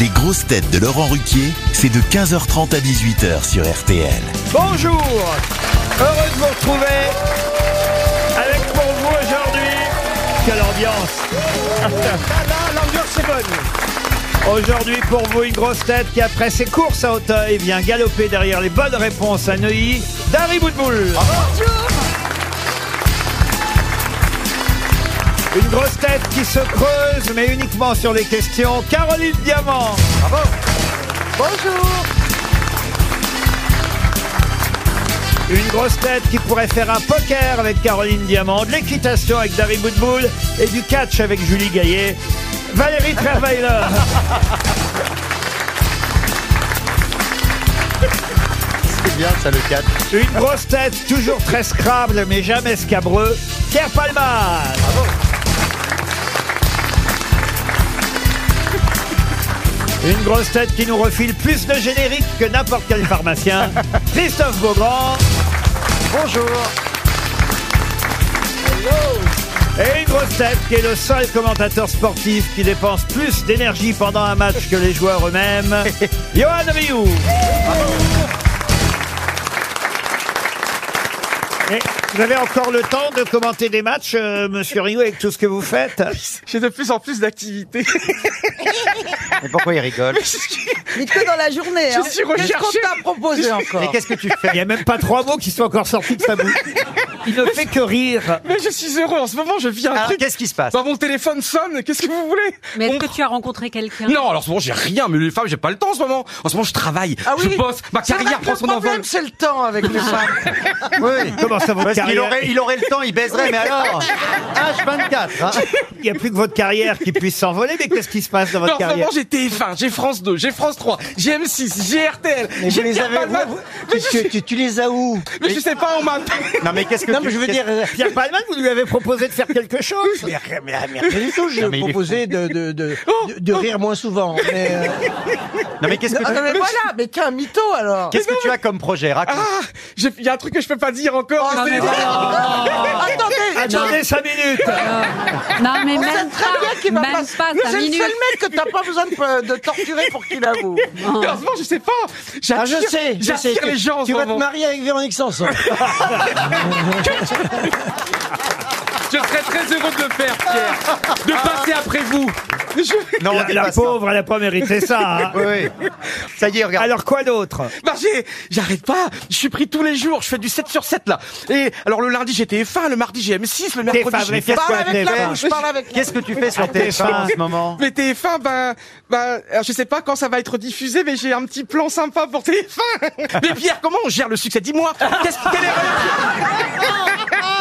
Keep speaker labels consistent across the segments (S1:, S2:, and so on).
S1: Les grosses têtes de Laurent Ruquier, c'est de 15h30 à 18h sur RTL.
S2: Bonjour Heureux de vous retrouver avec pour vous aujourd'hui. Quelle ambiance L'ambiance c'est bonne Aujourd'hui pour vous une grosse tête qui après ses courses à Auteuil vient galoper derrière les bonnes réponses à Neuilly, Dari Boudboul Une grosse tête qui se creuse mais uniquement sur les questions, Caroline Diamant Bravo Bonjour Une grosse tête qui pourrait faire un poker avec Caroline Diamant, de l'équitation avec Dari Boudboul et du catch avec Julie Gaillet. Valérie Trierweiler.
S3: C'est bien ça le 4.
S2: Une grosse tête toujours très scrable mais jamais scabreux, Pierre Palmar. Une grosse tête qui nous refile plus de générique que n'importe quel pharmacien, Christophe Beaugrand. Bonjour. Et une grosse tête qui est le seul commentateur sportif qui dépense plus d'énergie pendant un match que les joueurs eux-mêmes, Johan Rioux. Et vous avez encore le temps de commenter des matchs, euh, monsieur Rioux, avec tout ce que vous faites
S4: J'ai de plus en plus d'activités.
S3: Mais pourquoi il rigole
S5: Dites que dans la journée. hein.
S4: suis
S5: Qu'est-ce qu'on
S4: recherché.
S5: t'a proposé encore
S3: Mais qu'est-ce que tu fais
S2: Il n'y a même pas trois mots qui sont encore sortis de sa bouche. Il ne fait que rire.
S4: Mais je suis heureux en ce moment, je vis un
S2: Ah,
S3: Alors
S4: truc.
S3: qu'est-ce qui se passe
S4: Bah, mon téléphone sonne, qu'est-ce que vous voulez
S6: Mais est-ce
S4: On-
S6: que tu as rencontré quelqu'un
S4: Non, alors en ce moment j'ai rien, mais les femmes, j'ai pas le temps en ce moment. En ce moment je travaille,
S5: Ah
S4: je bosse, ma
S5: C'est vrai
S4: carrière
S5: que
S4: prend son
S5: Le
S4: envol.
S5: problème, c'est le temps avec les femmes.
S3: Oui.
S2: Comment ça, votre
S3: Parce qu'il
S2: carrière
S3: aurait, il aurait le temps, il baiserait, mais alors H24 hein.
S2: Il n'y a plus que votre carrière qui puisse s'envoler, mais qu'est-ce qui se passe dans
S4: Non,
S2: votre
S4: en ce moment
S2: carrière
S4: j'ai TF1, j'ai France 2, j'ai France 3, j'ai M6, j'ai RTL,
S7: Mais
S4: j'ai
S7: vous les
S4: Pierre
S7: avez-
S4: Palmade.
S7: vous- vous-
S4: Mais
S7: tu,
S4: je suis-
S7: tu- tu les as où
S4: mais je sais pas, on m'a...
S3: Non, mais qu'est-ce que
S7: Non,
S3: tu
S7: mais je veux
S3: qu'est-ce-
S7: dire. euh,
S2: Pierre Palman, vous lui avez proposé de faire quelque chose
S7: Mais, rien- mais, mais rien du tout, je
S3: Ah, Non, mais il est
S7: proposais de, de, de, de- de rire moins souvent. Mais, euh,
S3: Non, mais qu'est-ce que,
S5: Ah, non, mais
S4: Mais
S5: voilà, mais t'es un mytho alors.
S3: qu'est-ce que tu as comme projet Raconte.
S4: Ah j'ai- Il y a un truc que je peux pas dire
S5: Ah,
S4: encore. mais c'est-
S5: Attendez,
S2: Attendez 5 minutes
S6: Non, mais
S5: c'est
S6: même
S5: très bien
S6: pas,
S5: qu'il va
S6: même pas,
S5: Mais
S6: cinq
S5: c'est le
S6: minutes.
S5: seul mec que t'as pas besoin de, de torturer pour qu'il avoue.
S4: Mais en ce moment je sais pas.
S7: ah, je
S4: J'attire-
S7: sais, je sais.
S4: J'attire
S7: Tu,
S4: les gens en
S7: tu
S4: ce
S7: vas te
S4: moment.
S7: marier avec Véronique Sanson.
S4: Je serais très heureux de le faire, Pierre. De passer après vous. Ah. Je-
S2: La,
S3: Non, on
S2: la
S3: dépasse ça.
S2: pauvre, elle n'a pas mérité ça. hein.
S3: Oui, oui. Ça y est, regarde.
S2: Alors quoi d'autre
S4: Bah j'ai- j'arrête pas, je suis pris tous les jours, je fais du 7 sur 7 là. Et alors le lundi j'ai TF1, le mardi j'ai M6, le mercredi
S2: TF1,
S4: j'ai
S2: mais qu'est-ce
S4: Parle
S2: qu'on a
S4: avec
S2: fait
S4: la
S2: faire
S4: bouche.
S5: Je parle avec
S3: Qu'est-ce que tu
S2: Ah,
S3: fais sur TF1 en ce moment
S4: Mais TF1, ben, ben, alors, je sais pas quand ça va être diffusé, mais j'ai un petit plan sympa pour TF1. Mais Pierre, comment on gère le succès Dis-moi, qu'est-ce quelle erreur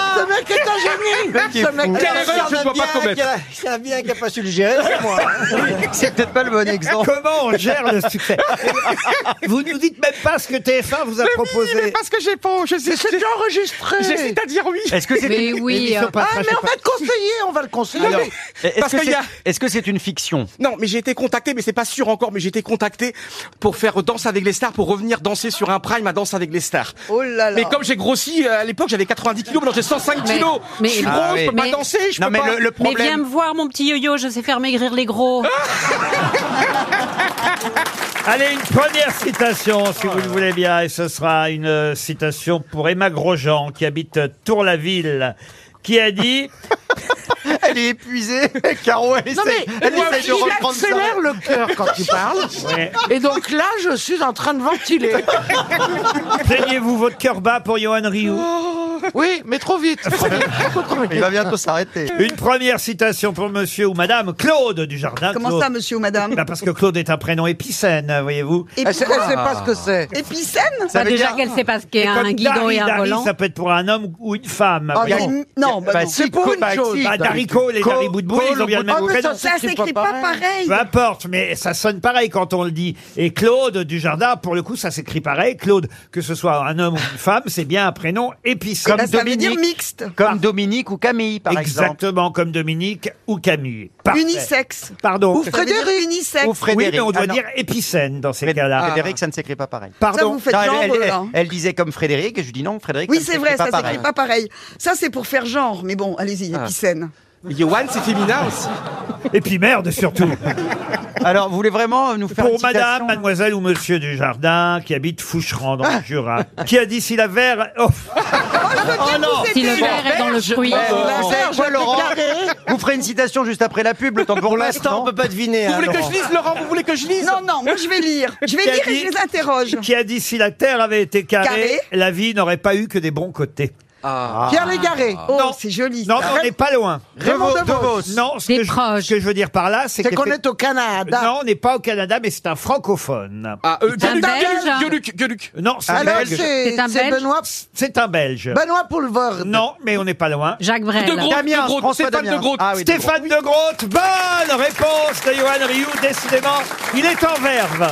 S5: ce mec est un génie. Ce mec est
S4: Quelle
S5: un
S4: erreur que
S7: Il
S4: je
S7: y en a
S4: dois
S7: bien
S4: pas commettre
S7: qui a- Il y en a bien qui n'a pas su le gérer, c'est moi.
S3: C'est peut-être pas le bon exemple.
S2: Ah, Comment on gère le succès Vous nous dites même pas ce que TF1 vous a
S4: Mais oui, mais
S2: proposé.
S4: parce que j'ai pas, je sais,
S5: C'est déjà enregistré.
S4: j'hésite à dire oui.
S3: Est-ce que c'est
S6: Mais oui,
S2: Émission
S6: euh,
S2: pas
S5: Ah,
S2: trash,
S5: mais on
S2: pas-
S5: va le conseiller, on va le conseiller.
S3: Alors,
S5: Mais
S3: est-ce
S4: parce
S3: que
S4: qu'il y
S3: c'est
S4: a-
S3: est-ce que c'est une fiction
S4: Non, mais j'ai été contacté, mais c'est pas sûr encore, mais j'ai été contacté pour faire Danse avec les stars, pour revenir danser sur un prime à Danse avec les stars.
S5: Oh là là.
S4: Mais comme j'ai grossi, euh, à l'époque j'avais 90 kilos, maintenant j'ai 105
S6: Mais-
S4: kilos.
S6: mais-
S4: je suis
S6: Ah
S4: gros,
S3: oui.
S4: je peux pas
S6: Mais-
S4: danser, je
S3: Non,
S4: peux
S3: mais
S4: pas.
S3: le, le
S6: Mais viens
S3: problème.
S6: me voir, mon petit yo-yo, je sais faire maigrir les gros.
S2: Allez, une première citation, si vous le voulez bien, et ce sera une euh, citation pour Emma Grosjean, qui habite Tour-la-Ville, qui a dit
S3: Elle est épuisée. Caro, elle
S5: Non, mais
S3: essaie, elle
S5: il,
S3: essaie de
S5: il
S3: reprendre ça.
S5: accélère le cœur quand il parle.
S2: Ouais.
S5: Et donc là, je suis en train de ventiler.
S2: Plaignez-vous votre cœur bas pour Johan Rioux.
S5: Oui, mais trop vite.
S3: Il va bientôt s'arrêter.
S2: Une première citation pour monsieur ou madame Claude du jardin.
S8: Comment ça, monsieur ou madame
S2: Parce que Claude est un prénom épicène, voyez-vous.
S8: Et
S5: Elle sait, elle
S4: ah,
S5: sait pas ce que c'est.
S8: Épicène
S3: Ça
S6: Bah,
S3: veut
S6: déjà
S3: dire-
S6: qu'elle sait pas ce qu'est un
S2: Comme
S6: guidon
S2: Dari,
S6: et un
S2: Dari,
S6: volant.
S2: Ça peut être pour un homme ou une femme.
S4: Oh,
S5: Ah,
S2: voyez-vous.
S5: mais-
S8: il- Non, bah
S3: Bah,
S8: non.
S3: si,
S5: C'est pour
S3: co-
S5: une
S3: bah,
S5: chose.
S3: si,
S2: Bah, Dari Cole et
S3: Co-
S2: Dari Boudboul,
S3: Cole
S2: ils ont bien le
S3: ou
S2: même
S5: Boudboul.
S2: prénom.
S5: Ah, mais
S8: ça s'écrit pas pareil.
S2: Peu importe, mais ça sonne pareil quand on le dit. Et Claude du jardin, pour le coup, ça s'écrit pareil. Claude, que ce soit un homme ou une femme, c'est bien un prénom épicène.
S8: Bah, ça veut dire
S3: Dominique.
S8: mixte, Ah,
S3: Comme Dominique ou Camille, par exemple.
S2: Exactement comme Dominique ou Camille. Parfait.
S8: unisexe.
S2: Pardon.
S8: Ça veut dire unisexe.
S3: Ou Frédéric.
S2: Oui, mais on doit
S3: Ah, non.
S2: dire épicène dans ces
S3: Fréd- Ah,
S2: cas-là.
S3: Frédéric, ça ne s'écrit pas pareil.
S8: Ça,
S2: Pardon.
S8: vous faites
S3: Non, elle,
S8: genre,
S3: elle-
S8: là.
S3: elle- elle disait comme Frédéric et je lui dis non, Frédéric.
S8: Oui,
S3: ça ne
S8: c'est
S3: s'écrit
S8: vrai,
S3: pas
S8: ça
S3: pareil.
S8: s'écrit pas pareil. Ça, c'est pour faire genre, mais bon, allez-y, épicène.
S4: Yoann, c'est féminin aussi.
S2: Et puis merde surtout.
S3: Alors, vous voulez vraiment euh, nous faire
S2: Pour
S3: une citation
S2: madame, mademoiselle ou monsieur Dujardin, qui habite Foucheran dans
S3: Ah.
S2: le Jura, qui a dit si la verre... Oh,
S8: Oh non
S6: Si le verre est dans le fruit.
S3: Euh, vous savez
S5: Serge,
S3: quoi, Laurent
S5: carré.
S3: Vous ferez une citation juste après la pub, le temps pour
S7: Pour l'instant, on
S3: l'instant.
S7: peut pas deviner.
S4: Vous
S7: hein,
S4: voulez que
S7: Laurent.
S4: je lise, Laurent Vous voulez que je lise
S8: Non, non, moi je vais lire. Je vais
S2: Qui a
S8: lire et
S2: dit-
S8: je les interroge.
S2: qui a dit si la terre avait été carrée,
S8: Carrée.
S2: la vie n'aurait pas eu que des bons côtés.
S5: Pierre Légaré.
S2: Non.
S8: Oh, c'est joli.
S2: Non,
S8: ça.
S2: on n'est pas loin.
S5: Raymond Devos.
S2: Non, ce
S6: Des
S2: que, je,
S6: proches.
S2: ce que je veux dire par là, c'est
S5: C'est
S2: que...
S5: qu'on est au Canada.
S2: Non, on n'est pas au Canada, mais c'est un francophone.
S4: Ah, euh,
S6: Un
S4: Gueluc,
S6: Belge.
S4: Gueluc, Gueluc.
S2: Non,
S7: Ah,
S2: c'est un
S5: Alors,
S2: Belge.
S5: c'est
S6: C'est un
S5: c'est
S6: Belge
S5: Benoît,
S2: C'est un Belge.
S7: Bah,
S5: Benoît Poulvord.
S2: Non, mais on n'est pas loin.
S6: Jacques Brel.
S4: De Gros,
S3: Damien,
S4: de Gros,
S3: François
S4: Stéphane
S3: Damien.
S4: de Gros.
S3: Ah oui, de
S2: Stéphane de Grotte, bonne réponse de Johan Rioux, décidément, il est en verve.